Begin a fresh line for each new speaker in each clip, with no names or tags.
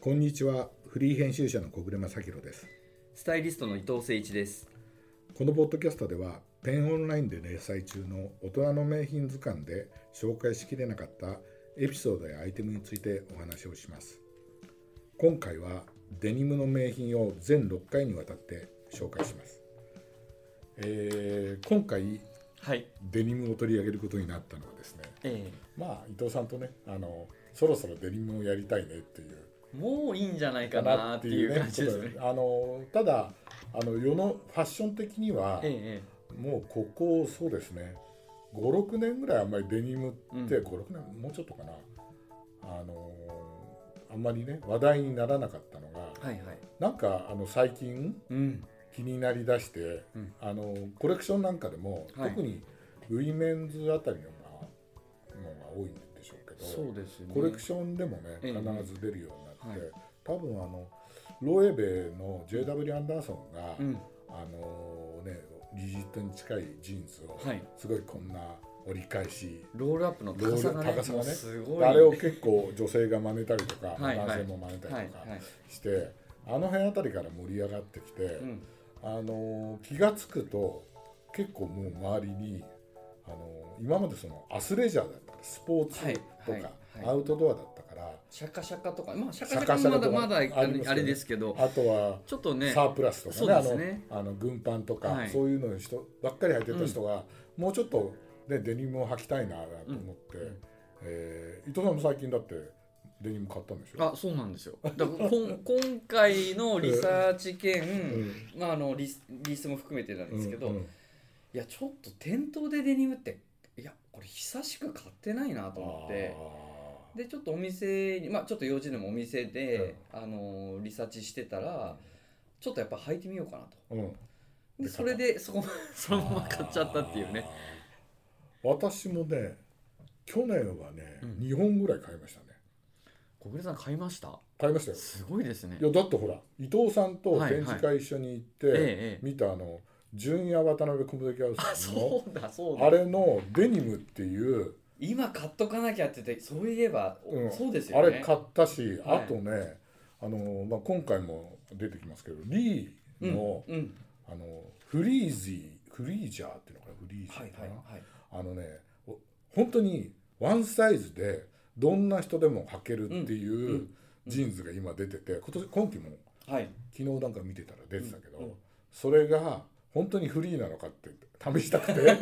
こんにちはフリー編集者の小暮正弘です
スタイリストの伊藤誠一です。
このポッドキャストではペンオンラインで連載中の大人の名品図鑑で紹介しきれなかったエピソードやアイテムについてお話をします今回はデニムの名品を全6回にわたって紹介します、えー今回
はい。
デニムを取り上げることになったのはですね
え
まあ伊藤さんとねあのそろそろデニムをやりたいねっていう
えもういいんじゃないかなっていう感じですね。
あのただあの世のファッション的には、
ええ
もうここそうですね56年ぐらいあんまりデニムって、
うん
56年もうちょっとかなあのーあんまりね話題にならなかったのが、
はいはい。
なんかあの最近
うん。
気になりだして、
うん
あのコレクションなんかでも、
はい
特にウィメンズあたりのがのが多いんでしょうけど
そうですね。
コレクションでもね
え
必
え
ず出るようになって、
はい
多分あのロエベの JW アンダーソンが、
うん。
あのねリジットに近いジーンズを、
はい
すごいこんな折り返し
ロールアップの高さがね、
ロール高さがね
もうすごい。
あれを結構女性が真似たりとか、
はいはい
男性も真似た
はい
りとか
はい。
して、あの辺あたりから盛り上がってきて、
うん。
あの気が付くと結構もう周りに、あの今までそのアスレジャーだったりスポーツ
はい
とか、
はいはい
アウトドアだったから、
シャカシャカとか、まあシャ
シャ
カ
カ
シ
シ
ャ
ャ
カ
カ
まだ
とか
まだあ
ありますよね
のあれですけど、
あとは
ちょっとね、
サープラスと
そう
かね
ですね
あのあの軍パンとか、
はい
そういうの人ばっかり履いてた人が、もうちょっと、ね、デニムを履きたいなと思って、
うん
えー伊藤さんも最近だってデニム買ったんでしょ
あ、そうなんですよ。だからこん今回のリサーチ兼、
ん
まああのリスリースも含めてなんですけど、
うんう
い
ん
やちょっと店頭でデニムって、いやこれ久しく買ってないなと思って。
あ
でちょっとお店にまあちょっと用事でもお店で、あのーリサーチしてたらちょっとやっぱ履いてみようかなと
ーうん
で
で
それでそこ そのまま買っちゃったっていうね
あー私もね去年はね、
うん
2本ぐらい買いましたね
小暮さん買いました
買いましたよ
すごいですね
いやだってほら伊藤さんと
はい
展示会一緒に行って、
ええええ
見たあの純也渡辺小室家ハウスの
そうだそうだ
あれのデニムっていう、
今買っとかなきゃって言ってそういえば、
うん
そうですよ
あ
ね
れ買ったし、
はい
あとねあの、まあ、今回も出てきますけどリ
う
ー
ん
の,、
うん
あのフリージーフリージャーっていうのかなフリージ
はい
ャーか
は
ない
はい
あのねお本当にワンサイズでどんな人でも履けるっていう、
うんうん
ジーンズが今出てて今年今期も
はい
昨日なんか見てたら出てたけど、
うんうん
それが本当にフリーなのかって試したくて、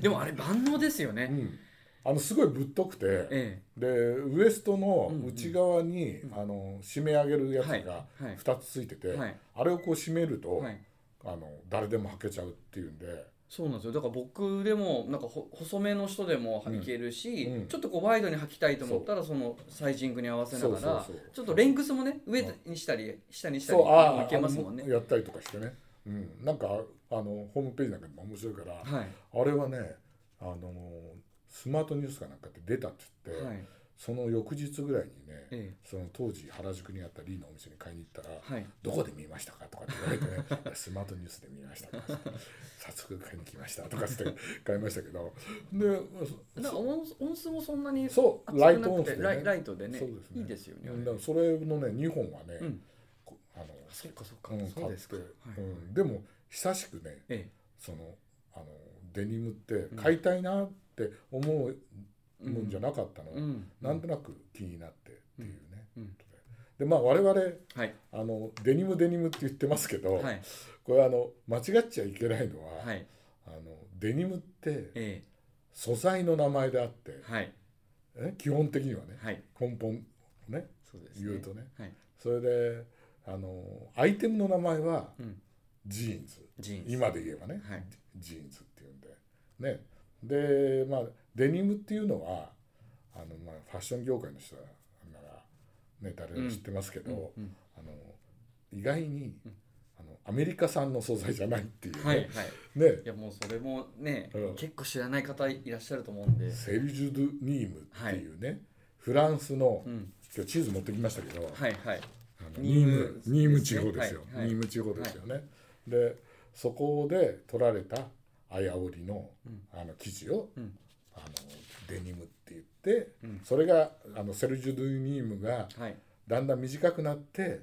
でもあれ万能ですよね、
うんあのすごいぶっとくて。
え
でウエストの内側に、
うんうん
あの締め上げる
え
やつ
はい
が
はい
2つついてて、
はい
あれをこう締めると、
はい
あの誰でも履けちゃうっていうんで
そうなんですよだから僕でもなんかほ細めの人でも
うん
履けるし、
うん
ちょっとこうワイドに履きたいと思ったらそのサイジングに合わせながら
そうそう
ちょっとレングスもね上にしたり下にしたり
そうああ
履けますもんね
あのやったりとかしてね、うん、なんかあのホームページなんかでも面白いから、
はい
あれはねあのスマートニュースかなんかって出たって言って、
はい
その翌日ぐらいにね
え
その当時原宿にあったリーのお店に買いに行ったら、
えはい
どこで見ましたかとかって言われてね いやスマートニュースで見ましたとかって早速買いに来ましたとかって買いましたけどで
なんか音音数もそんなに
そそ
厚
う
くな
ラ
く
イ
て
トオンして、ね、
ライライトでね
そうですね
いいですよね、
うんだからそれのね2本はね、
うん
こあの
あそっかそっか、
うん
そうですか、
買
はい
って、うん、でも久しくね
え
そのあのデニムって買いたいなって思う
え
もんじゃなかったの、
うん
なんとなく気になってっていうね、
うん
ことででまあ我々
はい
あのデニムデニムって言ってますけど、
はい
これあの間違っちゃいけないのは、
はい
あのデニムって
え
素材の名前であって、
えはい
ね基本的にはね
はい
根本ね
そうですね
言うとね
はい
それであのアイテムの名前は
うん
ジーンズ
ジーンズ
今で言えばね、
はい
ジーンズっていうんでねでまあデニムっていうのはあの、まあ、ファッション業界の人なら、ね、誰でも知ってますけど、
うん
あの意外に、
うん
あのアメリカ産の素材じゃないっていうね,、
はいはい
ね
いやもうそれもね、
うん
結構知らない方いらっしゃると思うんで、
セルジュ・ドゥ・ニームっていうね、フランスの
うん、
今日地図持ってきましたけど、
はいはい
あの
ニ
ニ
ー
ー
ム
ムニーム地方ですよ、
はいはい
ニーム地方ですよね、でそこで取られた綾織の,、
うん
あの生地を、
うん
あのデニムって言って、
うん
それがあのセルジュ・ドゥ・ニームが
はい
だんだん短くなって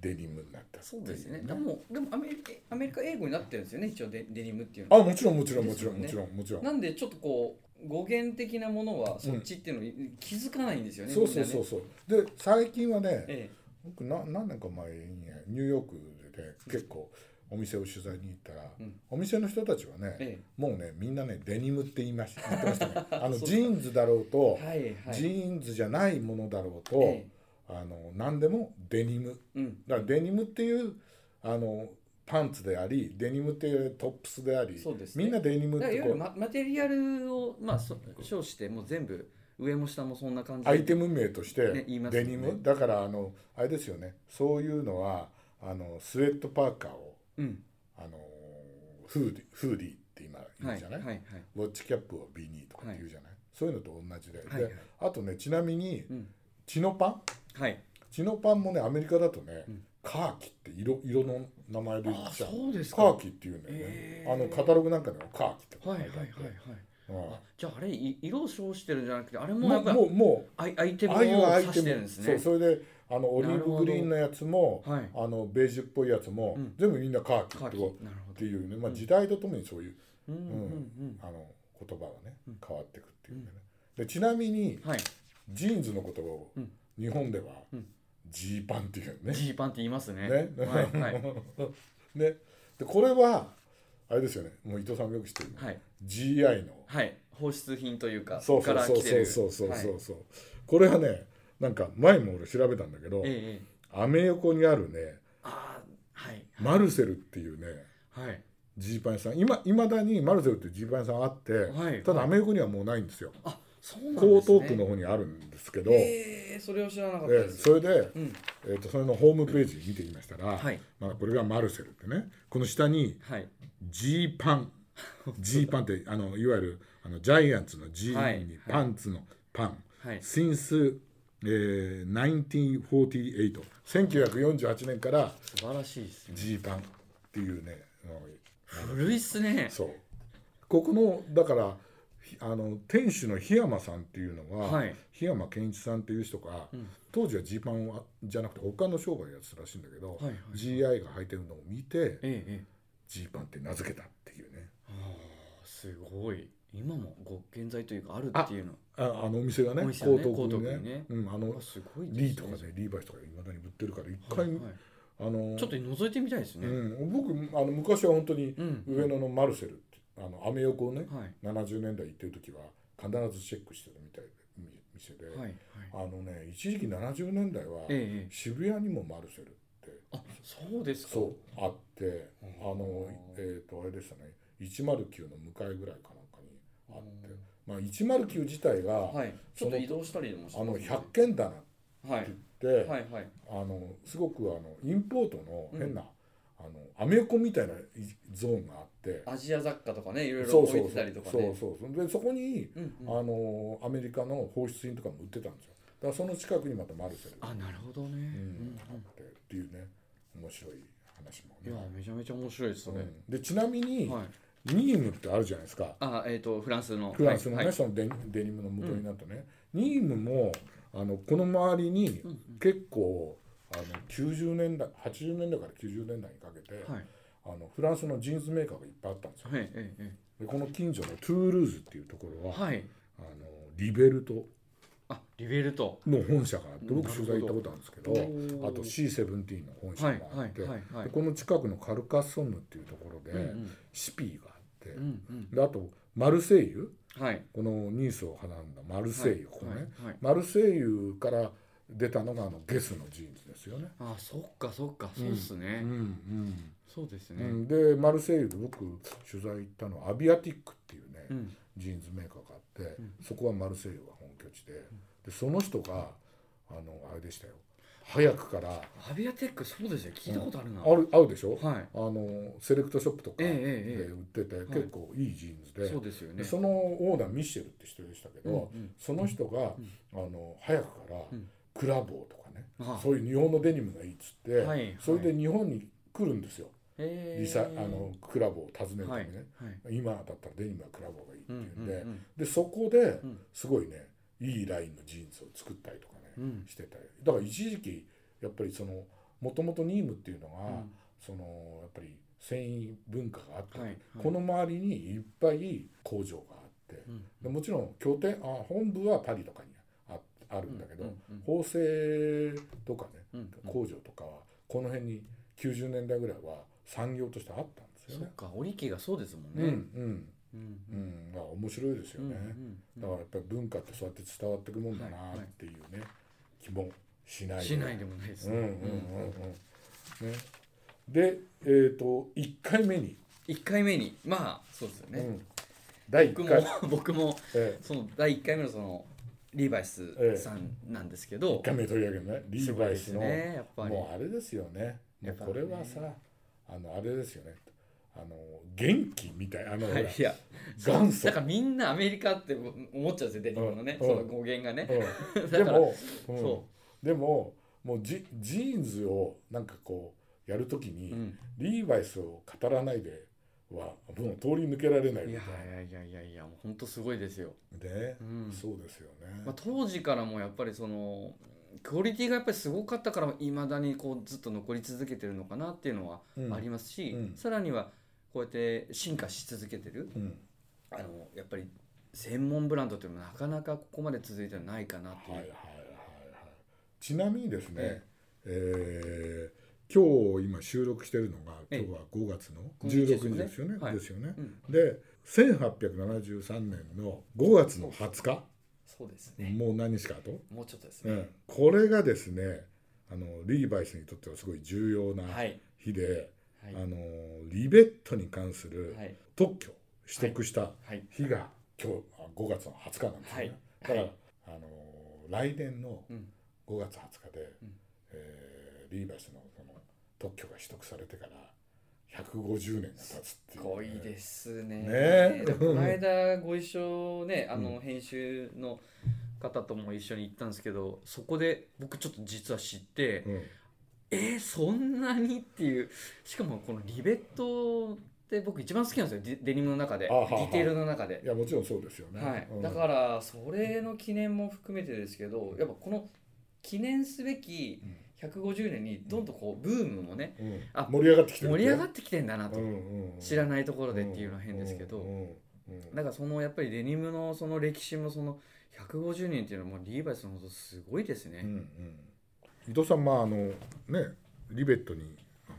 デニムになったってい
そうですね。でもでもアメリカアメリカ英語になってるんですよね。一応デデニムっていうの
あ
は。
もちろんもちろんもちろんも
です
ち
よ
ろんもちろん
なんでちょっとこう語源的なものはそっちっていうのに気づかないんですよね。。
そうそうそううそうで最近はね
え
僕な何年か前にねニューヨークでね結構お店を取材に行ったら、
うん
お店の人たちはね、
ええ
もうねみんなねデニムって言いまし 言ってましたねあの
そう
ジーンズだろう
え
と、
はいはい。
ジーンズじゃないものだろうと、
え
あの何でもデニム
えうん。
だからデニムっていうあのパンツでありデニムっていうトップスであり
そうですね
みんなデニムっ
だからい
て
わ
こう
ゆるママテリアルをまあそ称してもう全部上も下もそんな感じで。
アイテム名として
ね言いますよ
デ
ね
ニム、だからあのあれですよねそういうのはあのスウェットパーカーを
うん。
あのフーディフーディって今言
は
う
い
じゃ
は
ないい、
はい。
ウォッチキャップをビニーとかって言うじゃない、そういうのと同じで,で、
はいはい
あとねちなみに
うん。
チノパン
はい。
チノパンもねアメリカだとね、
うん
カーキって色色の名前で言
あ
っちゃう
そうですか。
カーキっていうんだよね、
へー
あのカタログなんかでもカーキって書
はいい
て
は
あ
い
っ
は
て
いはい。
うん
あじゃああれい色を称してるんじゃなくてあれも
も
やっ
う
ぱり
もうも
アイアイテ
う
ム
ああいう
を
アイ
指
テ
してるんで
ム
す
そう
ね。
それであのオリーブグリーンのやつも
はい。
あのベージュっぽいやつも、
うん
全部みんなカーキ
カ
っ
ー
て
キ
こ
なるほ
うっ
ど
て。いうね、まあ、
うん
時代とともにそういう
うんうん
あの言葉はね
うん
変わってくっていうんだよね。でちなみに
うん。はい。
ジーンズの言葉を
うん
日本では
うん
ジーパンっていうね。
ジーパンって言いますね。
ね
はいはい。
ねでこれはあれですよねもう伊藤さんもよく知ってる、
はい
GI の
はい。放出品というか、
そうそ
か
う
ら
そう
来て
そう
る。
そうそうそ
は
うそう、これはねなんか前も俺調べたんだけど
いええええ。
アメ横にあるね
ああ、はい。
マルセルっていうね
はい。
ジーパン屋さん今いまだにマルセルっていうジーパン屋さんあって、
はい
ただアメ横にはもうないんですよ
あ、そうなんで
江
すね。
東区の。方にあるんですけど、
ええ、それを知らなかった
え
で
え
す。
それで、
うん。
えー、とそれのホームページ見てみましたら、
はい
まあ、これがマルセルってねこの下に
はい。
ジーパ ンジーパンってあのいわゆるあのジャイアンツのジーンに
はい
パンツのパン、
はい。
Since、えー、1948 1948年から
素晴らしいですね。
ジーパンっていうね、うん
古いっすね。
そうここのだからひあの店主の檜山さんっていうのは、
はい
檜山健一さんっていう人が、
ん
当時はジーパンをあじゃなくて他の商売をやってたらしいんだけど、
はいはい
GI が履いてるのを見て
ええええ。
ジーパンって名付けたっていうね
ああ、すごい。今もご健在というかある
あ
っていうの。
ああのお店がね
お店がね
江東区にね
江東区にね
うん、あの
あすごいですね。
リーとかねリーバイスとかいまだに売ってるから一
は
回、
いはい。
あの
ちょっと覗いてみたいです
う
ね。
ん、僕あの昔は本当に
うん。
上野のマルセルってあのアメ横をね、
はい。
70年代行ってる時は必ずチェックしてるみたいでみ店で、
はいはい。
あのね一時期70年代は
ええええ。
渋谷にもマルセルって
あ、そうですか。
そうあって
う
あ
ん
のえっ、とあれでしたね109の向かいぐらいかなんかにあって、まあ、109自体が、
はい。ちょっと移動したりもして
あの
ますね
100件棚って
はい
言って、
はいはい。
あのすごくあのインポートの変な、あのアメ横みたいないゾーンがあって
アジア雑貨とかね、いろいろ
そう
置
そ
いうてたりとか
そう
ね。
そうそうでそこに、
うんうん
あのアメリカの放出品とかも売ってたんですよだからその近くにまたマルセル
あ、なるほどね。
うん
うん
あってっていうね面白い話も
いや
ね、
めちゃめちゃ面白いです
う
ね。
んでちなみに、
はい。
ニームってあるじゃないですか
あ、えっと、フランスの。
フランスのね、
はいはい
そのデニデニムの元になったね、ニームもあのこの周りに
うん
結構あの90年代80年代から90年代にかけて、
はい。
あのフランスのジーンズメーカーがいっぱいあったんですよ
はい。えええ
でこの近所のトゥールーズっていうところ
え
は、
はい。
あのリベルト
あ、リベルト。
の本社があって
うん
僕取材行ったことあるんですけど
なるほど
あと C17 の本社
はい。
があ
は
って、
い。はい。はい
で。この近くのカルカッソンヌっていうところ
うんう
で
ん
シピーがあって、
うん
であとマルセイユ
うん。はい。
このニースを離れたマルセイユ、ここね、
はいはい。
マルセイユから出たのがあのゲスのジーンズですよね。
あ、そっか、そっか、そうっす
う
ね。
ん
そうです
う
ね。
ん、でマルセイユで僕取材行ったのはアビアティックっていうね、
うん。
ジーンズメーカーがあって、
うん
そこはマルセイユが本拠地で,、でその人があのあれでしたよ早くから
アビアテック、そうですね。聞いたことあるな。
ある合うでしょ、
はい。
あのセレクトショップとか
ええ
で
ええええ
売ってて、
い
結構いいジーンズで,で、
そうですよね。
そのオーナーミッシェルって人でしたけど、
うんうん
その人が、あの早くから、
うん
クラボーとかね、
あ
そういう日本のデニムがいいっつって、
はい
それで日本に来るんですよ、
へー
リサあのクラボーを訪ねるた
はい
めにね、
はい
今だったらデニムはクラボーがいいっていうんで、
うんうんうん
でそこで
うん
すごいねいいラインのジーンズを作ったりとかね
うん
しててだから一時期やっぱりそのもともとニームっていうのが、そのやっぱり繊維文化があって、
はいはい
この周りにいっぱい工場があって
うん
でもちろん拠点あ本部はパリとかにああるんだけど、
うんうん
縫製とかね
うんうん
工場とかはこの辺に90年代ぐらいは産業としてあったんですよ
そ
ね
っ。か織機がそうですもん
うん
ね。
うん
うん
う。ん、まあ面白いですよね、だからやっぱり文化ってそうやって伝わってくもんだなっていうね、気もしない
しないでもないです
うん
ね。
うんうんうんねでえっ、と1回目に、
一回目にまあそうですよ
う
ね。
ん、第
僕
1
も
回
僕も
え
その第一回目のそのリーバイスさんなんですけど
1、回目取り上げるねリーバイス
す
の
ごいですねやっぱり。
もうあれですよねも
や
う
っぱ
こ
ね
れはさあのあれですよねあの元気みたいあの、
はいいや
ほら元祖
だからみんなアメリカって思っちゃうんですよデニムのね、
うん
その語源がね、
うん
だ
で
から
も、うん
そ
でももうジジーンズをなんかこうやるときに、リーバイスを語らないではもう通り抜けられない
い
み
や
たい
いやいやいやもう本当すごいですよ、
なで
う、ん
そうですよね、
まあ、当時からもやっぱりそのクオリティがやっぱりすごかったからいまだにこうずっと残り続けてるのかなっていうのは
うん
ありますし、
うん
さらにはこうやって進化し続けてる
うん
あのやっぱり専門ブランドっていうのはなかなかここまで続いてはないかなってい
は
う、
いはいはいはいちなみにですね
え、
えー今日今収録してるのが
ええ
今日は5月の
五日です
16
よ
日
ね
ですよね
はい
ですよね
うん、
で1873年の5月の20
そうです
日
ね
もう何日かあと
もうちょっとです
う
ね、
ん、これがですねあのリーバイスにとってはすごい重要な
はい
日で、
はい
あのリベットに関する
はい
特許を取得した
はい
日が今日あ5月の20日なんですよね、
はい
だ
は
から、あの来年の
うん
5月20日で、
うん
えーリーバイスのその特許が取得されてから150年が経つって
す
いう、
ごいですね。
ね
でこの間ご一緒ねあの
う
編集の方とも一緒に行ったんですけどそこで僕ちょっと実は知って、
うん
えーそんなにっていうしかもこのリベットって僕一番好きなんですよデデニムの中で
あはは
ディテールの中で
い。やもちろんそうですよね、
はい
うん
だからそれの記念も含めてですけどやっぱこの記念すべき
うん
150年にどんどんこうブームもね
うん
あ
盛り上がってきて
盛り上が
っ
ってきてんだなと知らないところでっていうのは変ですけど。
うんうんうん
なんかそのやっぱりデニムのその歴史もその150年っていうのはもうリーバイスのことすごいです
うん
ね。
うん伊藤さんまああのねリベットに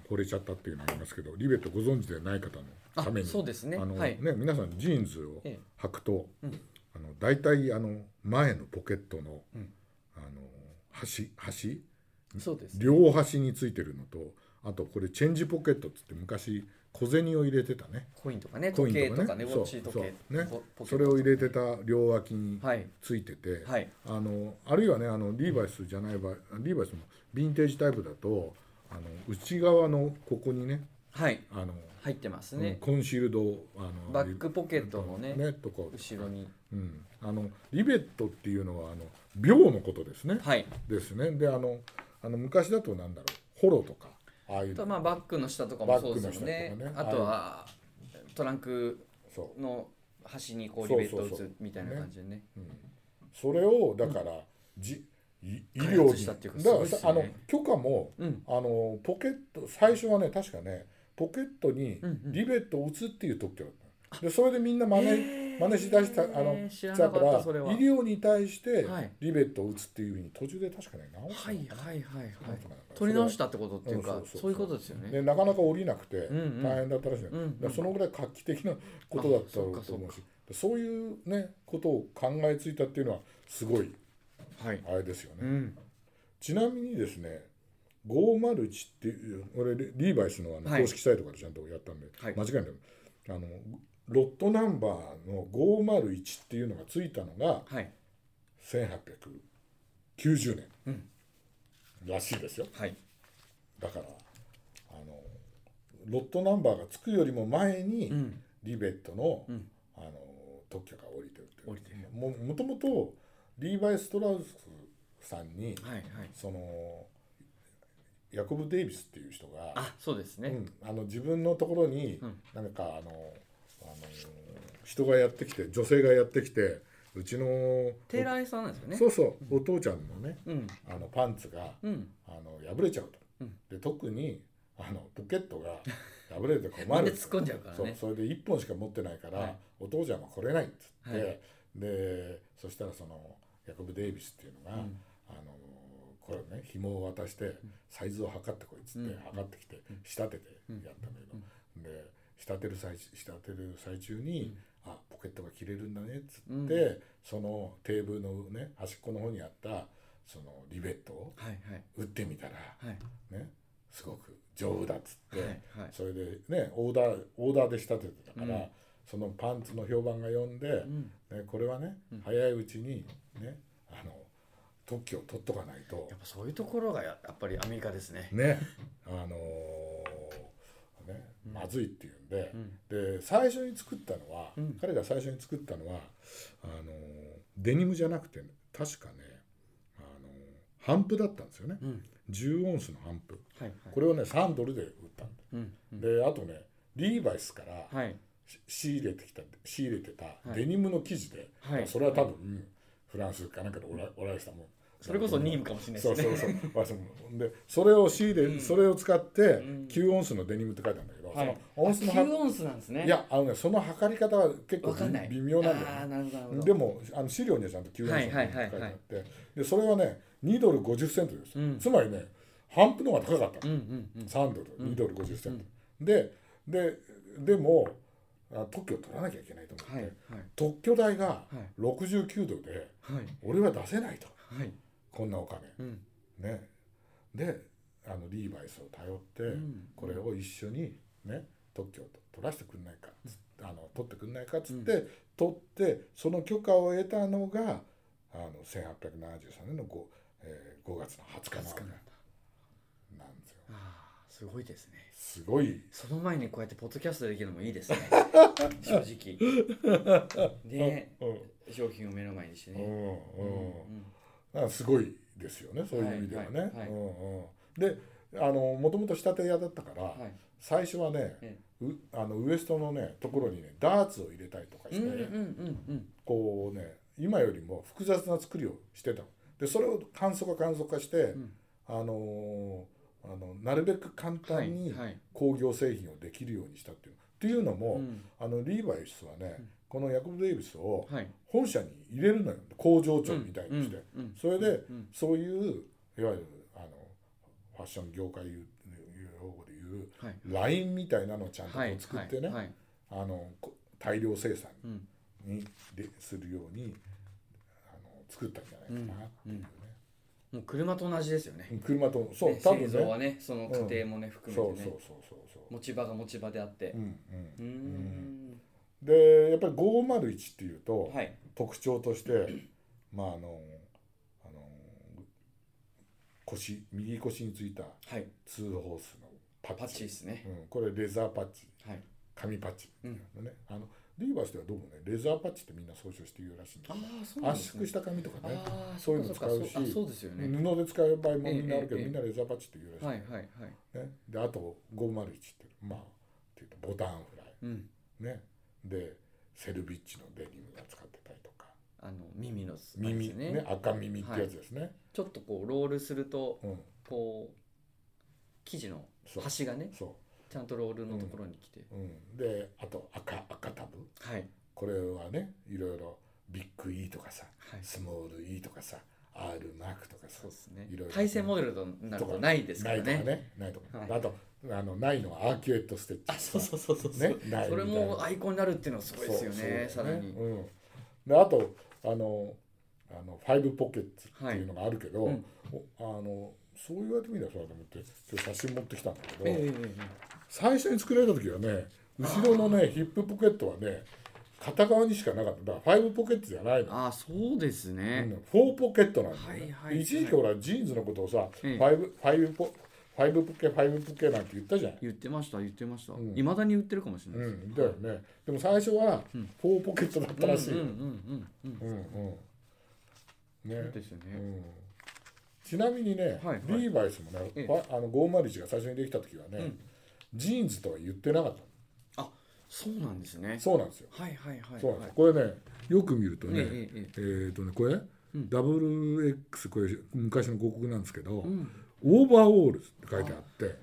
惚れちゃったっていうのありますけどリベットご存知でない方の
あ
ために
そうですね。
あの、
はい。
ね皆さんジーンズを
え
履くと、
うん
あの大体あの前のポケットの、
うん
あの端端
えそうです。
両端についてるのとあとこれチェンジポケットっつって昔小銭を入れてたね
コインとかね、
コイ
時
ン
計
と
と
か
か
ね
ね、ウォッチ時
そう
計
そうね
ポポケットとか
それを入れてた両脇に
はい。
ついてて、
はい。
あのあるいはねあのリーバイスじゃない場合リーバイスもヴィンテージタイプだとあの内側のここにね
はい。
あの、
入ってます
うん
ね。
コンシールドをあの
バックポケットのね、
とこ
後ろに。
うん、あのリベットっていうのはあの秒のことですね
はい。
ですねであのあの昔だとなんだろうホロとかああい
あ
う
と
の
はまあバッグの下とかもそうですよ
バッ
ね
グの下。とか
あ
ね
とはトランク
そ
の端にこうリベットを打
そうそう
つみたいな感じでね。
う、うん、それをだから、じい医療
開発したっていうか
にだから
すごいっす
さあの
ね
許可も
うん。
あのポケット最初はね確かねポケットに
うんうん
リベットを打つっていう特許だったの、でそれでみんな真似、
えー
真似しだしたあの
知ら
だ
な
か
からっ
医
たそれは。
療に対して
はい
リベットを打つっていうふうに途中で確かね直した
はいはいはいはい
直したかな
取り直したってことっていうか、
うんそうそうそう
そういうことですよね
でなかなか降りなくて
うんうん
大変だったらしいの、
うんうん
だからそのぐらい画期的なことだったろう
あ
と
そう
思う
か
しそういうねことを考えついたっていうのはすごい
はい
あれですよね、
うん
ちなみにですね501っていう俺リリーバイスのあの
はい
公式サイトからちゃんとやったんで、
はい
間違いないあのロットナンバーの501っていうのがついたのが
はい
1890年
うん
らしいですよ、
はい
だからあのロットナンバーがつくよりも前に、
うん
リベットの,、
うん
あの特許が降りてるっていう
降りてる
ももともとリーバイ・ストラウスさんに
はいはい
そのヤコブ・デイビスっていう人が
あそうです
う
ね、
ん、あの自分のところに
うん
なんかあのあの人がやってきて女性がやってきてうちの
テーラー屋さんなんですよね
そうそうお父ちゃんのね
うん
あのパンツが
うん
あの破れちゃうと、
うん
で特にあのポケットが破れて困る
なんで突っ込んじゃうからね
そうそれで1本しか持ってないから、
はい
お父ちゃんは来れないっつって、
はい
でそしたらそのヤコブ・デイビスっていうの
う
が、
ん
あのこれね紐を渡してサイズを測ってこいっつって、
うん
測ってきて
うん
仕立ててやったんだけど、で仕立てる最中仕立てる最中に、あポケットが切れるんだねっつって、
うん
そのテーブルのね端っこの方にあったそのリベットを
はいはい
打ってみたら、
はい
ね、すごく丈夫だっつって、
はいはい
それでねオーダーオーダーで仕立ててたから、
うん
そのパンツの評判が読んで、
うん
ね、これはね、
うん
早いうちにねあの特許を取っとかないと
やっぱそういうところがややっぱりアメリカですね。
ねあのーね
うん
まずいっていうんで
う、ん
で最初に作ったのは、
うん
彼が最初に作ったのはあのーデニムじゃなくて確かねあのーハンプだったんですよね
うん
10オンスのハンプ
はいはい
これをね3ドルで売ったんだよ
うんうん
であとねリーバイスから
はい
し仕入れてきた仕入れてた
い
デニムの生地で、
はい
それは多分、うんフランスかなんかでおらおられしたもん
それこそニーム
か
かもしれない
そう
です
そ
ね。
う そうまあそのでそれを仕入れ、
うん
それを使って
ん
9オンスのデニムって書いてあるんだけど、
はい
そのオンスのは
9オンスなんですね
いやあのねその測り方は結構
わかんない
微妙なんだよ
ああ
ね
なるほどなるほど
でもあの資料にはちゃんと9オンスのデニムって書いてあって、でそれはね2ドル50セントです、
うん
つまりね半分の方が高かった、
うんうんうん
3ドル2ドル50セント、でででもあ特許を取らなきゃいけないと思って、
はいはい
特許代が
はい
69ドルで
はい
俺は出せないと
はい
こんなお金
うん
ねであのリーバイスを頼って、
うん
これを一緒にね特許を取らせてくんないかっつってあの取ってくんないかっつって、取ってその許可を得たのがあの1873年の 5,、えー5月の20日なん
20日なんだ
ですよ。
ああすごいですね。
すごい
その前にこうやってポッドキャストできるのもい いですね正直ね
うん
商品を目の前にして
う
ね
ん
う
うんあすごいですよねそういう意味ではね。
はいはいはい
うんうん、であのもともと仕立て屋だったから、
はい
最初はね、
え
うあのウエストのねところにねダーツを入れたりとかして、
うんうんうんうん
こうね今よりも複雑な作りをしてたのでそれを簡素化簡素化して、
ん
あのーあのなるべく簡単に
はいはい
工業製品をできるようにしたっていう。っていうのも、
うん
あのリーバイスはね、このヤコブ・デイビスを
はい
本社に入れるのよ工場長みたいにして、
うんうん
それで
うん
そういういわゆるあのファッション業界用語でいう
はい
ラインみたいなのをちゃんとこ
はいう
作ってね、
はいはい
あのこ大量生産
うん
にでするようにあの作ったんじゃないかなっていうね、
もう車と同じですよね
車とそう、
ね
多分ね
製造はねその過程もね
そう
含
そう
めて
そう
ね
そうそう
持ち場が持ち場であって
うん
う
う
ー
ん
ん
でやっぱり501っていうと、
はい
特徴としてまああのあの腰右腰についた
はい
ツーホースのパッチ
パッチですね
うん、これレザーパッチ
はい
紙パッチっていうのね、あのリーバースではどうもねレザーパッチってみんな総称して言うらしいんだ
あ
けど
あそうなんで
圧
す
縮
ね
した紙とかね
ああ
そういうの使うし
そかそかあそうですよね
布で使う場合もみんなあるけど、
ええええ
みんなレザーパッチって言うらしい、
はいはいはい
ね、であと501ってまあっていうとボタンフラ
うん
イねでセルビッチのデニムが使ってたりとか
あの耳のスパイ
耳
ス
ね赤耳ってやつですね、
ちょっとこうロールすると
うん
こう生地の
そう
端がね
そ
ちゃんとロールのところに来て、
う、うん、であと赤赤タブ
はい
これはねいろいろビッグ E とかさ
はい
スモール E とかさ R マークとかさ
そうですね
いろいろ
対戦モデルとなるとないですから
ないとか
ね
ねないとか、
はい
あとあのないのはアーキュエットステッチ
あそうそうそうそうそう、
ねない
それ
みたいな
もアイコンになるっていうのはすごいですよね
そ
さ
うそう
らに、
うん、であとあのあのファイブポケッツっていうのがあるけど、
はいうん
おあのそう言われてみればそうだと思って今日写真持ってきたんだけど、
えええ
最初に作られた時はね後ろのねヒップポケットはね片側にしかなかっただからファイブポケットじゃないの。
ああそうです
う
ね、
んフォーポケットなんだよね、
はいはいはい
一時期ほらジーンズのことをさ、
ええ
ファイブファイブポファイブポケファイブポケなんて言ったじゃない、
言ってました言ってましたい
ん
ま、未だに売ってるかもしれ
う
ないです、
ん、だよねでも最初はフォーポケットだったらしい、
うんうんうんうん
うんうん
うん、そ
ね
うですよ
う
ね、
ん、ちなみにね、
はいはい
リーバイスもね、
ええ
わあの501が最初にできた時はね、
うん
ジーンズとは言ってなかった
あ
そうなんですね。
そうなんですよ。
はいはいはい、はい。
そうなんですよこれねよく見ると
え
ね、
ええええ
えーとねこれ、
ん
WX これ昔の広告なんですけど、
えうん。
オーバーオールって書いてあって、
へ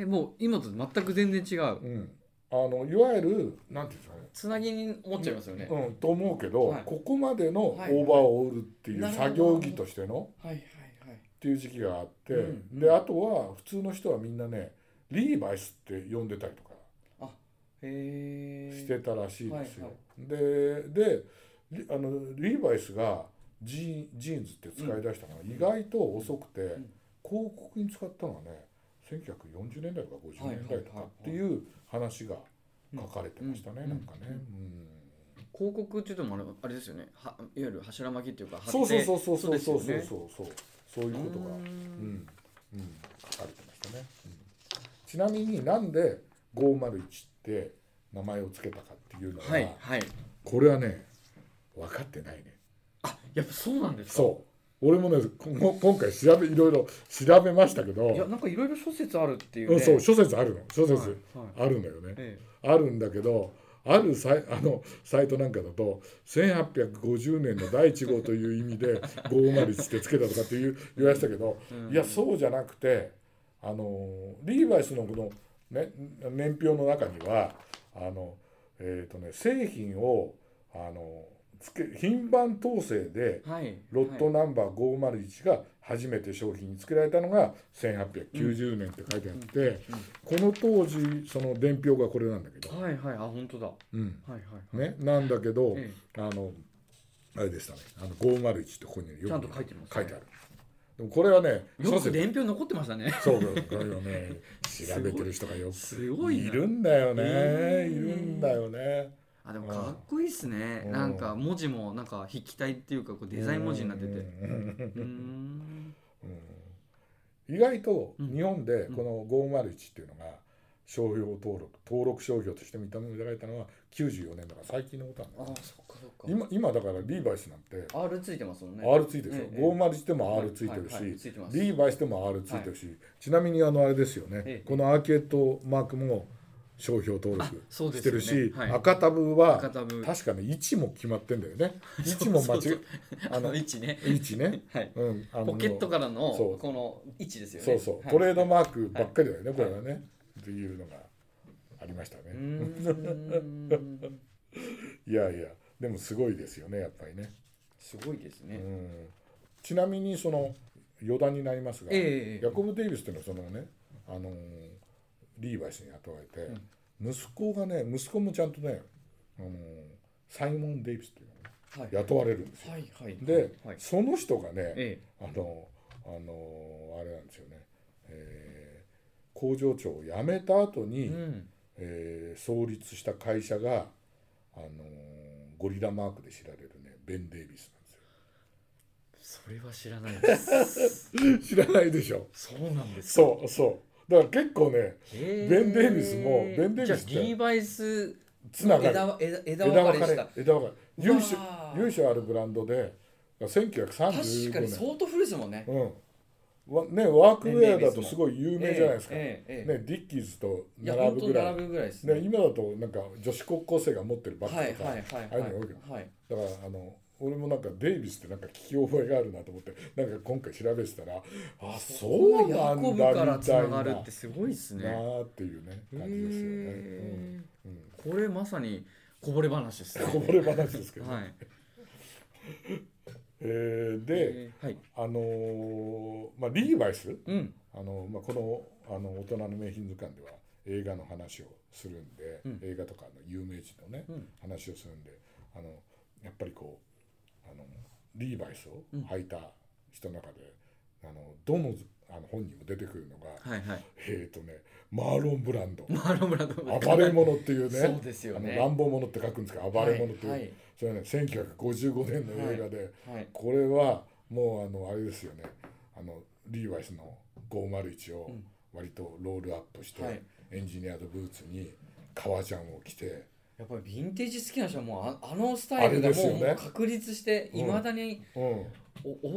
え、もう今と全く全然違う。
うん、あのいわゆるなんていうんですかね
つなぎに持っちゃいますよね、
うん、と思うけど、
はい
ここまでのオーバ
はい
ーオールってい
な
う
るほど
作業着としての
はいはいは
っ
い
ていう時期があって、
うんうん
であとは普通の人はみんなねリーバイスって呼んでたりとか
へ
し
え
てたらしいですよ。
はい
ででリあのリーバイスがジーンジーンズって使い出したのが意外と遅くて、
ん
広告に使ったのはね1940年代とか50年代とか
は
っ
いはいはいはい
ていう話が書かれてましたね、
うん
なんかね。
うん
うん
広告って言ってもあれあれですよね。はいわゆる柱巻きっていうか貼って。
そうそうそうそうそう
です
そ
よ
うそう
ね
そうそうそういうことが
うー
うんん、うん、書かれてましたね、うんちなみになんで501って名前を付けたかっていうのは、
はいはい。
これはね分かってないね
あやっぱそうなんですか。
そう俺もねこも今回調べいろいろ調べましたけど
いやなんかいろいろ諸説あるっていう
う
ね。
ん、そう諸説あるの諸説、
はいはい
あるんだよね
え
あるんだけどあるサイ あのサイトなんかだと1850年の第1号という意味で501ってつけたとかっていう言われてたけど
えうん
いやそうじゃなくてあのリーバイスのこの、ね、年表の中にはあの、えーとね、製品をあのつけ品番統制で
はい。
ロットナンバー501が初めて商品に付けられたのが1890年って書いてあって、この当時その伝票がこれなんだけど、
はいはいあ本当だ。は
うん
いはいはい。
ね、なんだけど、
え
あのあれでしたねあの501ってここによく
ちゃんと書いてますね
書いてあるでもこれはね
えよ
諸
く
説
伝票残ってましたね。
そうこれをね調べてる人がよ
すご
く
い
い
な
るんだよね、
えー
いるんだよね
あでもかっこいいっすね。
うん
なんか文字もなんか筆記体っていうかこうデザイン文字になってて。う
うん
ーん。
意外と
うん
日本でこの501っていうのが商標登録登録商標として認められたのは94年だから最近のことなんだ
あ
よ
あ
ね
そっかそっか
今今だからリーバイスなんて
R ついてますもんね
R ついてるでしょ、
ええ
501でも R ついてるし、
ははいついてます
リーバイスでも R ついてるし、ちなみにあのあれですよね、
ええ
このアーケードマークも商標登
あ
録
そうで
し
す
て
よ
る
ね。
し、
はい、
赤タブは
赤タブ
確かね位置も決まってんだよね 位置
そう
も間違
そうそ
え
う
あ
あ
の
の
位
位置ね。
置ね、
はい。
うん、あの
ポケットからの
そう
この位置ですよね
そうそう、
はい
トレードマークばっかりだよね、これはね、っていうのがありました
うー
ね、
ん
いやいやでもすごいですよねやっぱりね、
すごいです
う
ね
ん、ちなみにその余談になりますが、
ええ
ヤコブ・デイビスっていうのはそのね、あのーリーバイスに雇われて、息子がね息子もちゃんとね、あのーサイモン・デイビスっていうのがね
はい
雇われるんですよ、
はいはい
で、
はい
その人がね、
え
あの、あの、あれなんですよね。えー工場長を辞めた後
え
に、
うん。
えー創立した会社が。あのゴリラマークで知られるね、ベンデイビス
それは知らない です。
なん ですよ。知らないでしょ
そうなんですか。
そう、そう。だから結構ね、
へえ
ベンデイビスもベンデイビスって
じゃあリーバイス。
つなが
枝
る。
は枝枝
枝
分
分
か
か
れした
れ、枝分かれ。由緒
うわ、ー
由緒あるブランドで、1935
確かに
年。
相当古いですもんね
うん。わね、ワークウェアだとすごい有名じゃないですか。ね、
ええええええ
ディッキーズと
いや
並
本当
ぶ
に
ぐらい
並。ぶぐらいです
ね、今だとなんか女子高校生が持ってるバ
は
ッ
い
グと
はい
か、
はい
ああいうの多いけど
はい
だからあの俺もなんかデイビスってなんか聞き覚えがあるなと思ってなんか今回調べてたらあそうな
ヤコ
ん
ブ
だ
から
み
つ
た
ない
な
がる
な
ってすごいですね。
ーっていうね感じですよね。
へ
うん
えこれまさにこぼれ話ですね。
うん、こぼれ話ですけど、
はい。
えーで、
えーはい。
あのーまあ、リーバイス、
うん。
あのまあ、このあの大人の名品図鑑では映画の話をするんで、
うん
映画とかの有名人のね、
うん
話をするんであのやっぱりこうあのリーバイスを
うん
履いた人の中で、あのどのあの本人も出てくるのが、
はい はい。
えっ、とねマーロン・ブラン ド
マーロンブランド。
暴れ者っていうね
そうですよね
あの乱暴者って書くんですけど暴れ者っていう、
はい
それはね1955年の映画で、
はい
これはもうあのあれですよねあのリーバイスの501を
うん
割とロールアップして、
はい
エンジニアードブーツに革ジャンを着て
やっぱりヴィンテージ好きな人はもうああのスタイル
あれ
がも
です
う
よね
もう確立していまだに
うん
おオ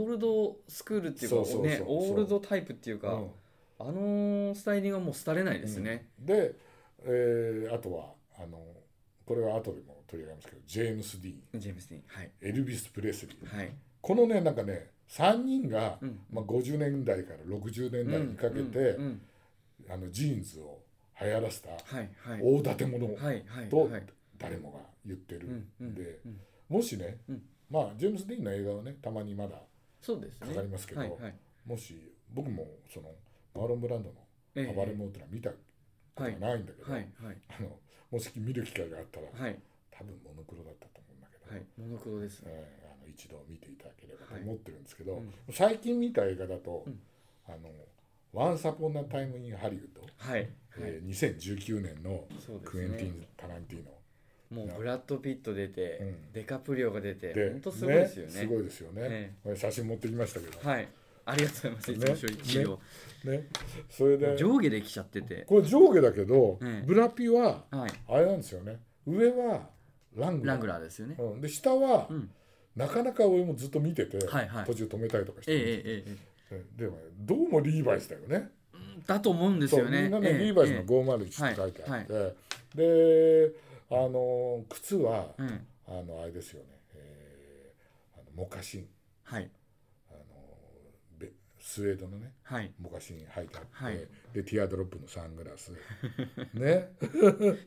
ールドスクールっていうか
そうそうそう
ね
そう
オールドタイプっていうか、
うん
あのスタイリングはもう廃れないですね、
で、えーあとはああのこれは後でも取り上げますけどジェームス・ディーン
ジェームス・ディーンはい
エルビス・プレスリー
はい
このねなんかね3人が、
うん
まあ、50年代から60年代にかけて、
うんうん
あのジーンズを流行らせた
はいはい
大建て者
はいはい
と
はい
誰もが言ってる
うんうんん
で
うん
もしね、
うん
まあジェームス・ディーンの映画はねたまにまだ
そうですね
かかりますけど
はいはい
もし僕もそのマーロン・ブランドの
ええ
「暴れもってのは見たことがないんだけど、
はいはい
あのもし見る機会があったら、
はい
多分モノクロだったと思うんだけど、
はいモノクロですね
えーあの一度見ていただければと
はい
思ってるんですけど、
うん
最近見た映画だと
う
「
ん
あのワンサポンナタイムインハリウッド、
はいはい
えー2019年の
そうです
クエンティン・
ね
タランティーノ
もうブラッド・ピット出て
うん
デカプリオが出て
で
本当すごいですよ
す
ね
ごいですよね、
え
これ写真持ってきましたけど、
はいありがとうございますいつも所一応
ね、それで
上下できちゃってて
これ上下だけど、
うん
ブラピは
はい
あれなんですよね上はラングラ
ラ
ー
ングラーですよね
うん、で下は、
うん
なかなか俺もずっと見てて、
はいはい
途中止めたりとかして、
えええええ
うんでもねどうもリーバイスだよね。
えだと思うんですよ
そうみ
ね
んなね、
ええ
リーバイス
え
の
え
501って書いてあって、であの靴は、
うん
あのあれですよね、えーあのモカシン
はい
あのべスウェードのね
はい
モカシン履いてあって、
はい
でティアドロップのサングラスね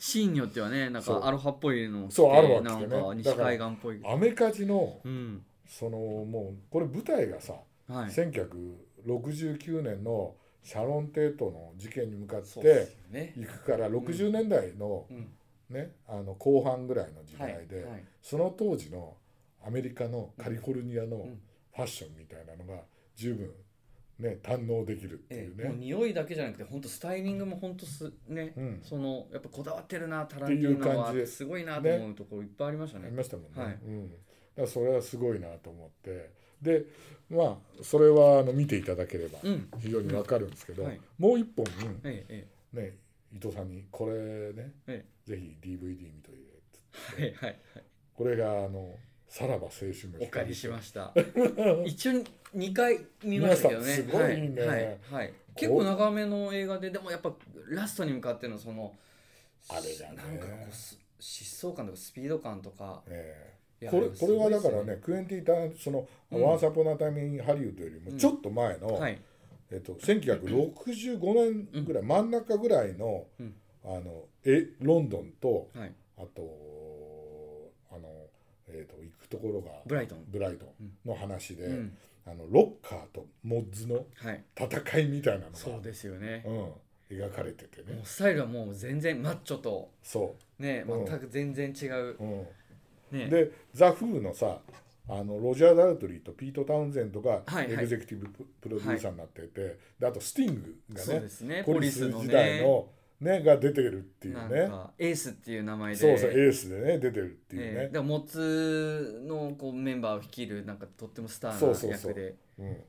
シーンによってはねなん
そう
かアロハっぽいのを着て
そうアロハ着てね
なんか西海岸っぽい
アメカジの
うん
そのもうこれ舞台がさ、
はい
1969年のシャロン・テイトの事件に向かっ
そうで
て
すよね。
行くから60年代の,、
うん
ね、あの後半ぐらいの時
はい
代で、
はい
その当時のアメリカのカリフォルニアの
ん
ファッションみたいなのが十分、ね、堪能できるってい
え
う
えもう
ね。
匂いだけじゃなくて本当スタイリングも本当すね、
うん
そのやっぱこだわってるなタランティ
っ
ー
ていう
ノ
感じで
はすごいなと思うところいっぱいありました
あ
ね
りましたもんね、
はい
うん、だからそれはすごいなと思ってでまあそれはあの見ていただければ
うん
非常にわかるんですけど、
うんはい
もう一本、
ええ
ね、伊藤さんに「これね、
え
ぜひ DVD 見といて」つって
えはいはい
これがあの「さらば青春の
お借りし
す
ました 一応二回見ましたけどね
見ましたすごいね
はいはいはい結構長めの映画ででもやっぱラストに向かってのその
あれだね
なんかこうす疾走感とかスピード感とか
え
い
え
や
これ
でもす
こ
ご
れ
い
は
で
だ
す
からねクエンティターンその「
うん
ワンサポナタイムインハリウッド」よりもちょっと前の、
はい
えっと、1965年ぐらい、真ん中ぐらいの,、
うん
あのえロンドンと
はい
あとあの、えっと行くところが
ブライトン
ブライトンの話で、
うん
あのロッカーとモッズの
はい
戦いみたいなのが
そうですよね
うん、描かれてて
も
ね
うスタイルはもう全然マッチョと
そ
ね
うん
全く全然違う
う、うん、
ね
でザ・フーのさあのロジャー・ダルトリーとピート・タウンゼントが
はいはい
エグゼクティブププロデューサーになってて、であとスティングが
そう
ね
ですね
ポ
ポ
リ
リ
ス
スの
時代
ね
のねが出てるってい
な
うんね
かエースっていう名前で
そうそうエースでね出てるっていう
え
ね
え、でもモツのこうメンバーを率いるなんかとってもスタ
そう
ー
そ
な
うそう
役で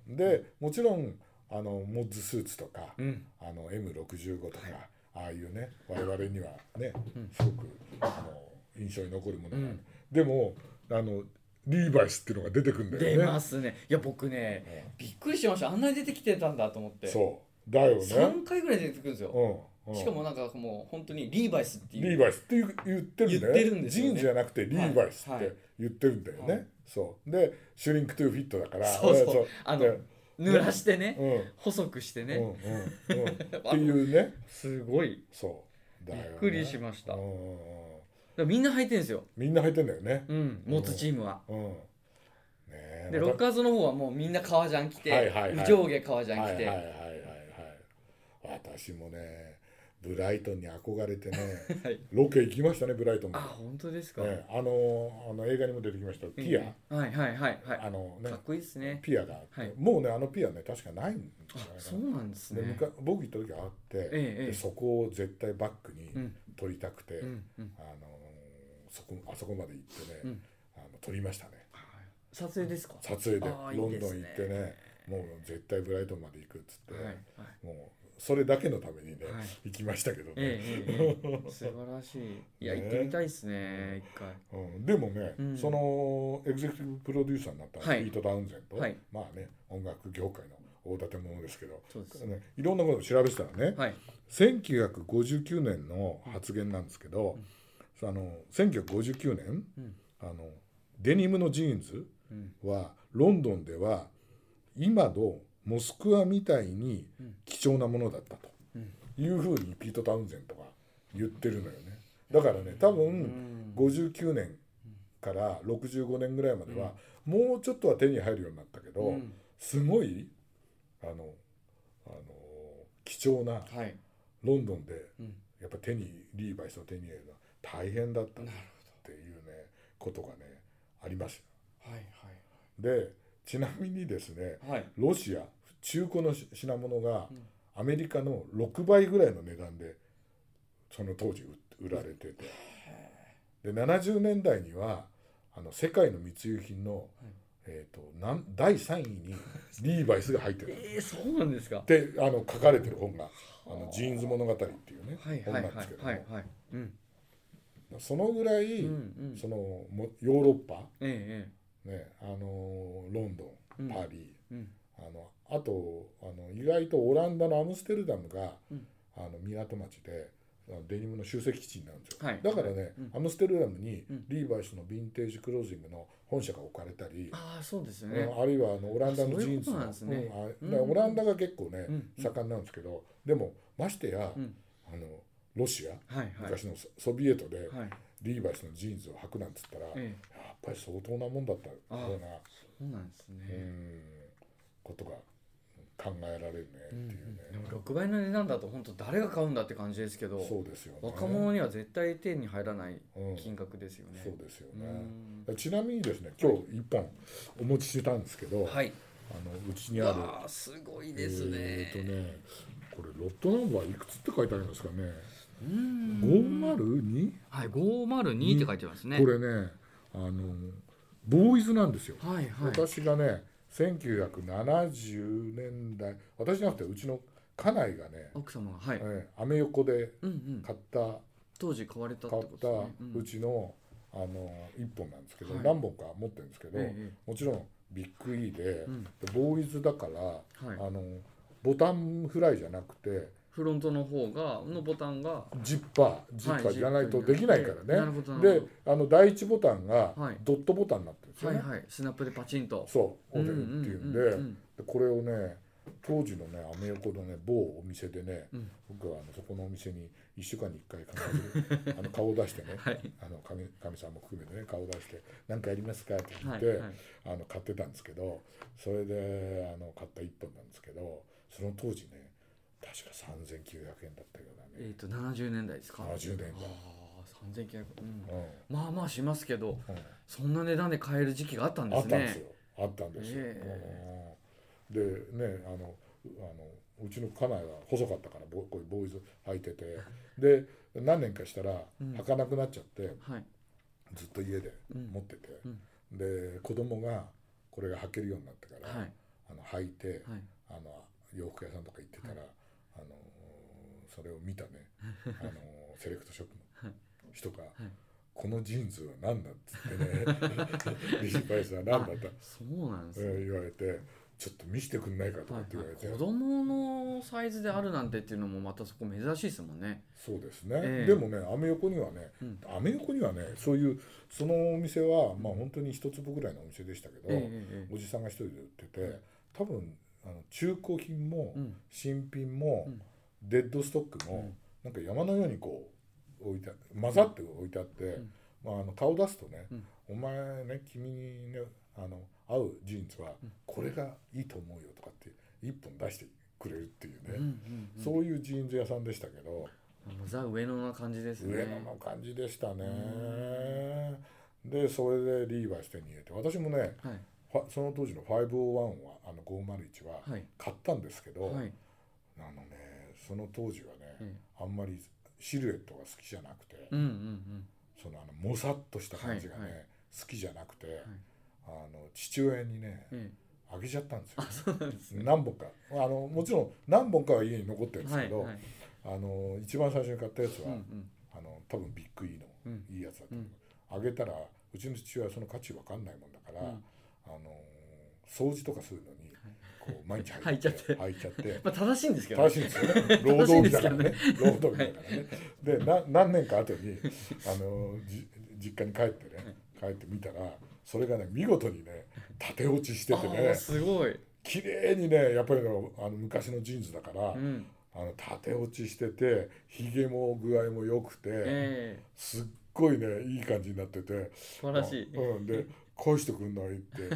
うん、でもちろんあのモッズスーツとか、
うん
あの M65 とか、
はい
ああいうね我々にはね、
うん
すごくあの印象に残るものがある、
うん
でもあのリーバイスっていうのが出てくるんだよね
出ますねいや僕ねびっくりしましたあんなに出てきてたんだと思って
そうだよね
3回ぐらい出てくるんですよ
うんうん
しかもなんかもう本当にリーバイスってい
リー
う
バイスって言う言ってるんだよね
言ってるんですよね
ジーンズじゃなくてリーバイスっ
はいは
て
い
言ってるんだよね、
はい
そうでシュリンクトゥーフィットだから
そうそうあの
で
濡らしてね
うんうん
細くして
うん
ね
うんっていうね
すごい
そうだよね
びっくりしました
うんうんうん
だからみんな履いてるんですよ
みんな履いてんだよね
うんモツチームは
うんねえ
で
ま
ロ
た
ッカーズの方はもうみんな革ジャン着て、
はいはいはい
上下革ジャン
はい
着
は
て、
いはいはいはい私もねブライトンに憧れてね
はい
ロケ行きましたねブライトン
あ
も、
本当ですか、
ね、あのあの映画にも出てきましたピア、
はいはいはいはい
あのね
かっこいいですね
ピアがあって、
はい
もうねあのピアね確かないんじ
あ
ゃないかな
そうなんです
で
ね
昔僕行った時はあって、
ええ
でそこを絶対バックに
うん
撮りたくて、
うんうん
あのそこあそこまで行ってね、
うん
あの撮りましたね
撮影ですか
撮影で
あーい
ロ
い
ン
で
ド
す
ン
ね
行ってねもう絶対ブライトンまで行くっつって、
はいはい
もうそれだけのためにね、
はい
行きましたけどね、
えええええ え素晴らしいいや
ね
行ってみたいですね一回
うん、でもね、
うん
そのエグゼクティブプロデューサーになった
はい
ピート・ダウンゼンと、
はい
まあね音楽業界の大建物ですけど、
そうです
ね、いろんなことを調べてたらね、
はい
1959年の発言なんですけど、あの1959年、
うん
あのデニムのジーンズはロンドンでは今のモスクワみたいに貴重なものだったと
うん
いうふうにピート・タウンゼントが言ってるのよね。だからね多分、
うん
59年から65年ぐらいまでは、もうちょっとは手に入るようになったけど、
うん
すごいあのあの貴重な
はい、
ロンドンで
うん
やっぱ手にリーバイスを手に入れるのは大変だったっていうねことがねあります
はい
でちなみにですね
はいはい
ロシア中古のし品物が
うん
アメリカの6倍ぐらいの値段でその当時売売られててで70年代にはあの世界の密輸品の、
い
えー、となん第3位にリーバイスが入ってる
えー、そうなんですか
ってあの書かれてる本が「あのジーンズ物語」っていうね
はい
本
はい
な
は
んですけ
い
ども
はいはいうん
そのぐらい、
うんうん
そのもヨーロッパ、
え
ね、あのロンド
えええう
ン
ん
パリ、
うん
あのあとあの意外とオランダのアムステルダムが、
うん
あの港町であのデニムの集積基地になるんですよ、
はい
だからね、
うん
アムステルダムに
うん
リーバイスのヴィンテージクロージングの本社が置かれたり、
ああそうです
うん
ね
あるいはあのオランダの
あ
ジ
そう
ーン
いうこ
ズ
と
の
なんですね
うんあ
うん
だからオランダが結構ね、
うんうん
盛んなんですけどでもましてや、
うん
あのロシア
はいはい
昔のソソビエトで
はい
リーバイスのジーンズを履くなんつったら、やっ
ええ
ぱり相当なもんだったような
あそうなんです
う
ね
んことが考えられる
う
ね
ん
っていうね、
でも6倍の値段だと本当誰が買うんだって感じですけど
そうですよね
若者には絶対手に入らない
うん
金額ですよね
そうですよ
う
ね、
ん
ちなみにですね今日一本お持ちしてたんですけど、あ
はい
のうちにある
あーすごいですね,、
えーとねこれロットナンバーいくつって書いてありますかね
うん
502、
はい502って書いてますね
これねあのボーイズなんですよ
はいはい
私がね1970年代私じゃなくてうちの家内がね、
奥様がはい
えーアメ横で
うんうん
買った
当時買われたって
買っ
ことです
た
ねん
うちの,、あの1本なんですけど、
はい
何本か持ってるんですけど、
えええ
もちろんビッグイーで,で、
うん
ボーイズだから、
えはい
あのボタンフライじゃなくて
フロントの方がのボタンが
ジッパージッパーじゃないとできないからね、
なるほどな
で
る
あの第一ボタンが
はい
ドットボタンになってるんです
ほど
よ
は
ね、
いはいスナップでパチンと
そう折れるっていうんで,、
うんうんうんうん
でこれをね当時のねアメ横のね某お店でね、
うん
僕はあのそこのお店に1週間に1回必 ずあの顔を出してね、
はい
あのかみかみさんも含めてね顔を出して「何かやりますか?」って言
は
っ
い
て、
はい
あの買ってたんですけどそれであの買った1本なんですけどその当時ね確か3900円だったような
え
ね
っと70年代ですか
70年代
ああ3900うん
うん
まあまあしますけど
うん
そんな値段で買える時期があったん
あ
で
っ
す
たんです
ね
よあったんですよ、
え
うんでねあのうあのうちの家内は細かったからボこういうボーイズ履いててで何年かしたら
うん
履かなくなっちゃって、
はい
ずっと家で
うん
持ってて、
うん
で子供がこれが履けるようになってから、
はいはい
あの履いて、あの洋服屋さんとか行ってたら、あのそれを見た ねあのセレクトショップの人が
い
「このジーンズは何だ?」っつって ね「リシパイスは何だ?」と
そうなんです
え
ね
ー言われて「ちょっと見せてくんないか」と
は
か
い
って言われて、
はい子供のサイズであるなんてっていうのもまたそこ珍しいですもんね
そうですね、
ええ
でもねアメ横にはね
うん
アメ横にはねそういうそのお店はまあ本当に一粒ぐらいのお店でしたけど、
えええええ
おじさんが一人で売ってて、
うん
多分あの中古品も、
えうん
新品も、
うん
デッドストックも、
う
な
ん
んか山のようにこう置いて混ざって置いてあって、
ん
まあ、あの顔出すとね、
うん
お前ね君にねあの合うジーンズはこれがいいと思うよとかって一本出してくれるっていう
うんう
ね、
んうん
そういうジーンズ屋さんでしたけど、
もうザ上野な感じですね
上野の感じでしたね。でそれでリーバイス手に入れて私もね
はい
ファその当時の501はあの501は
はい
買ったんですけど、
はい
あのねその当時はね、
ええ
あんまりシルエットが好きじゃなくて、
うんうん
そのあのもさっとした感じがね、
はいはい
好きじゃなくて、あの父親にね
うんええ
あげちゃったんですよ
あそうなんですね
何本かあのもちろん何本かは家に残ってるんです
は
け
い
ど、
はい
あの一番最初に買ったやつ
うん
は、
うん
あの多分ビッグイーの
うん
いいやつだった、
うん
あげたらうちの父親はその価値わかんないもんだから、
うん
あの掃除とかするのに、こう毎日
履いちゃって
履いちゃって
まあ正しいんですけど
正
ね
しいんですよね労働着だからね労働着だからねでな何年か後にあのじ実家に帰ってね帰ってみたらそれがね見事にね縦落ちしてて
あー
ね
すごい、
綺麗にねやっぱりねあの昔のジーンズだから、
うん
あの縦落ちしててひげも具合も良くて、
ええ
すっごいねいい感じになってて
素晴らしい、
うんうん、で「返してくんない?」って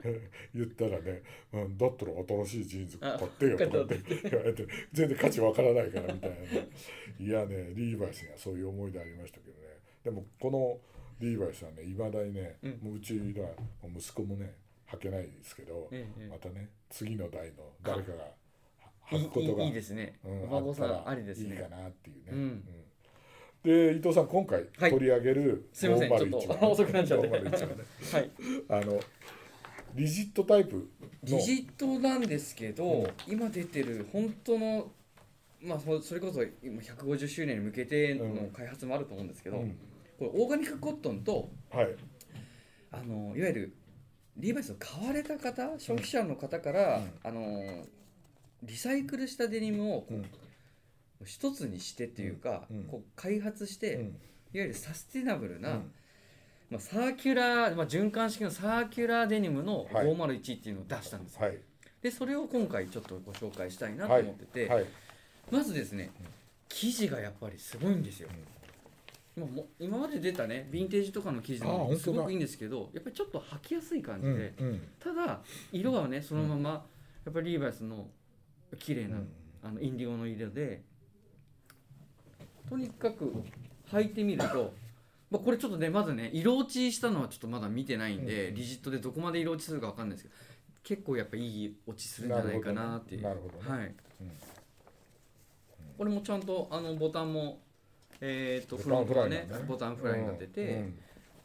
言ったらね、うん「だったら新しいジーンズ買ってよ」とかって言われて全然価値わからないからみたいなねいやねリーバイスにはそういう思い出ありましたけどねでもこのリーバイスはねいまだにね、
うん
もううちの息子もね履けないですけど、
えええ
またね次の代の誰かが履くこ
えい
と
い
が
いいですね、
うん
お孫さ
あっ
ん
たら
ありですね
いいかなっていうね。
うん
うんで伊藤さん今回
はい
取り上げる
すいませんちょっと
501は
遅くなっちゃって
501はね
はい
あのリジットタイプの
リジットなんですけど、
うん
今出てる本当のまあそそれこそ今150周年に向けての開発もあると思うんですけど、
うん
これオーガニックコットンと
はい
あのいわゆるリーバイスを買われた方消費者の方から、
うん
あのリサイクルしたデニムをこう
うん
一つにしてっていうか、
うん
こう開発して、
う
いわ
ん
ゆるサスティナブルな、
うん
まあ、サーキュラー、まあ、循環式のサーキュラーデニムの
はい
501っていうのを出したんですよ、
はい
でそれを今回ちょっとご紹介したいなと
はい
思ってて、
はい
まずですね生地がやっぱりすごいんですよ、まあもう今まで出たねヴィンテージとかの生地
あー
の
本当
も
だ
すごくいいんですけどやっぱりちょっと履きやすい感じ
う
で、
んうん
ただ色はねそのままやっぱりリーバイスの綺麗な、あのインディゴの色でとにかく履いてみると、まあ、これちょっとねまずね色落ちしたのはちょっとまだ見てないんで、
うん
リジットでどこまで色落ちするかわかんないですけど結構やっぱいい落ちするんじゃないかなっていう、
なるほどねなるほどね
はい、
うん
これもちゃんとあのボタンもえっ、とフ
ボタン
ロン
フラ
トが
イ
ね
なんだね
ボタンフライになってて、
うん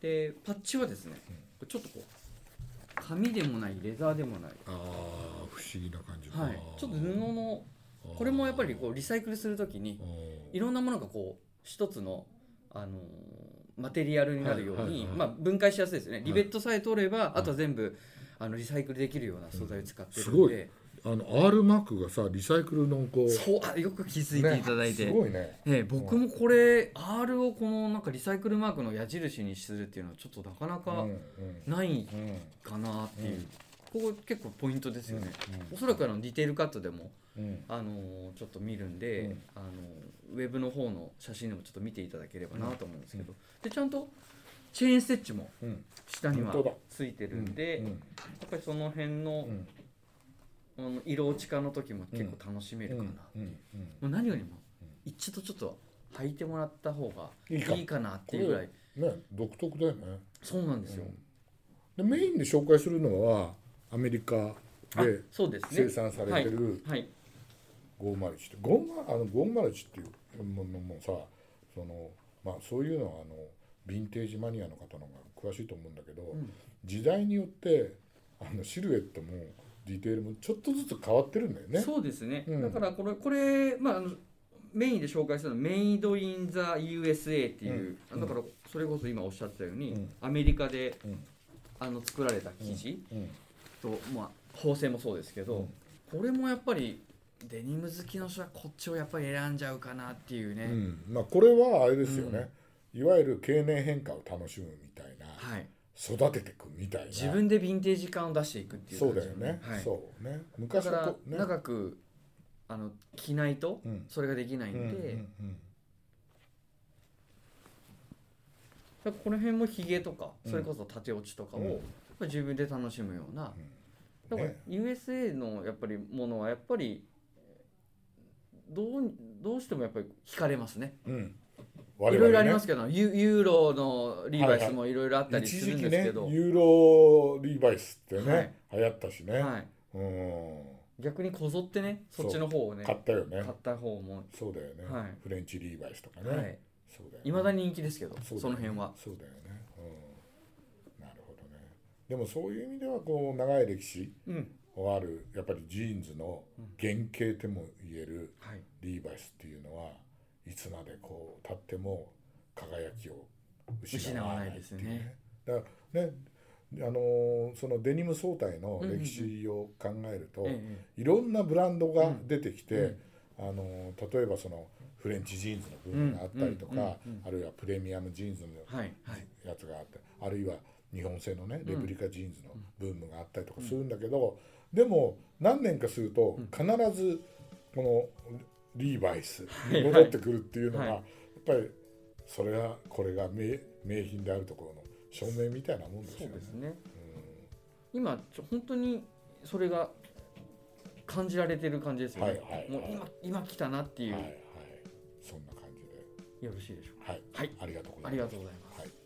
でパッチはですねちょっとこう紙でもないレザーでもない、
ああ不思議な感じだ
はい、ちょっと布のこれもやっぱりこうリサイクルするときにいろんなものがこう一つの、あのーマテリアルになるように、
はいはいはい
まあ、分解しやすいですよね、
い
リベットさえ取れば、あとは全部あのリサイクルできるような素材を使ってる
うん
んで、
あの R マークがさリサイクルのこう
そうあよく気づいていただいて、
ねすごいね
ええ僕もこれ R をこのなんかリサイクルマークの矢印にするっていうのはちょっとなかな
うん
か
うん
ない
うん
かなっていう、ここ結構ポイントですよね、
うん
おそらくあのディテールカットでも
うん
あのーちょっと見るんで、
うん
あのーウェブの方の写真でもちょっと見ていただければなと思うんですけど、でちゃんとチェーンステッチも
うん
下には
本当だ
ついてるんで、
う
や
ん
っぱりその辺
う
の,、
ん
あの色落ち化の時も結構楽しめるかな、
うんうん
もう何よりも一度ちょっと履いてもらった方が
いいか
いいかなっていうぐらい
ね独特だよね
そうなんですよ、
でメインで紹介するのはアメリカ
あ
で
そうですね
生産されてる
はい、はい
501って501あの501っていうものもさそのまあそういうのはあのヴィンテージマニアの方の方が詳しいと思うんだけど、
ん
時代によってあのシルエットもディテールもちょっとずつ変わってるんだよね。
そうですね、
うん
だからこれこれ、まあ、あのメインで紹介するのはメイド・イン・ザ・ USA っていう、
うん
だからそれこそ今おっしゃったように、
うん
アメリカで
うん
あの作られた生地
うん
と、まあ、縫製もそうですけど、これもやっぱりデニム好きの人はこっちをやっぱり選んじゃうかなっていうね、
うんまあ、これはあれですよね、いわゆる経年変化を楽しむみたいな
はい、
育てていくみたいな
自分でヴィンテージ感を出していくっていう
そう
感
だ
じ
よね、
はい、
そうね
だ
昔
か
は
ら
こうね
長くあの着ないと
うん
それができないん
う
で、
んうん
だからこの辺もひげとか
うん
それこそ縦落ちとかを
うん
やっぱり自分で楽しむような、
う
だ
ん
から
ね
USA のやっぱりものはやっぱりどうどうしてもやっぱり惹かれますね
うん
い
我々ね
ろいろありますけどユユーロのリーバイスもいろいろあったり
一
す
時
るん
期
です
ね
けど、
ユーロリーバイスってね、
はい
流行ったしね、
はい、
うん
逆にこぞってねそっちの方をね
買
買
ったよね
った方も
そうだよね、
はい
フレンチリーバイスとかね、
はい
そうだよね
いまだに人気ですけど
うだよね
その辺は
そうだよね、うん、なるほどねでもそういう意味ではこう長い歴史
うん
はあるやっぱりジーンズの原型とも言える、
はい
リーバイスっていうのはいつまでこう経っても輝きを失わないっていう
失わないですね
だからねあのーそのデニム総体の歴史を考えると、
え
いろんなブランドが出てきて、
うん
あのー例えばそのフレンチジーンズの部分があったりとか、
うんうんうんうん
あるいはプレミアムジーンズの
えはいはい
やつがあってあるいは日本製のね
ん
レプリカジーンズのブームがあったりとかするんだけど、でも何年かすると必ずこのリーバイスに戻ってくるっていうのが
はい
やっぱりそれがこれが名名品であるところの証明みたいなもんです
そ
よ
う
ね
ですね今ちょ本当にそれが感じられてる感じですよね、
はいはいはい
もう今今来たなって
う
い
ん
う、
はいはいそんな感じで
よろしいでしょうか
はい、
はい
ありがとうございます
ありがとうございます
はい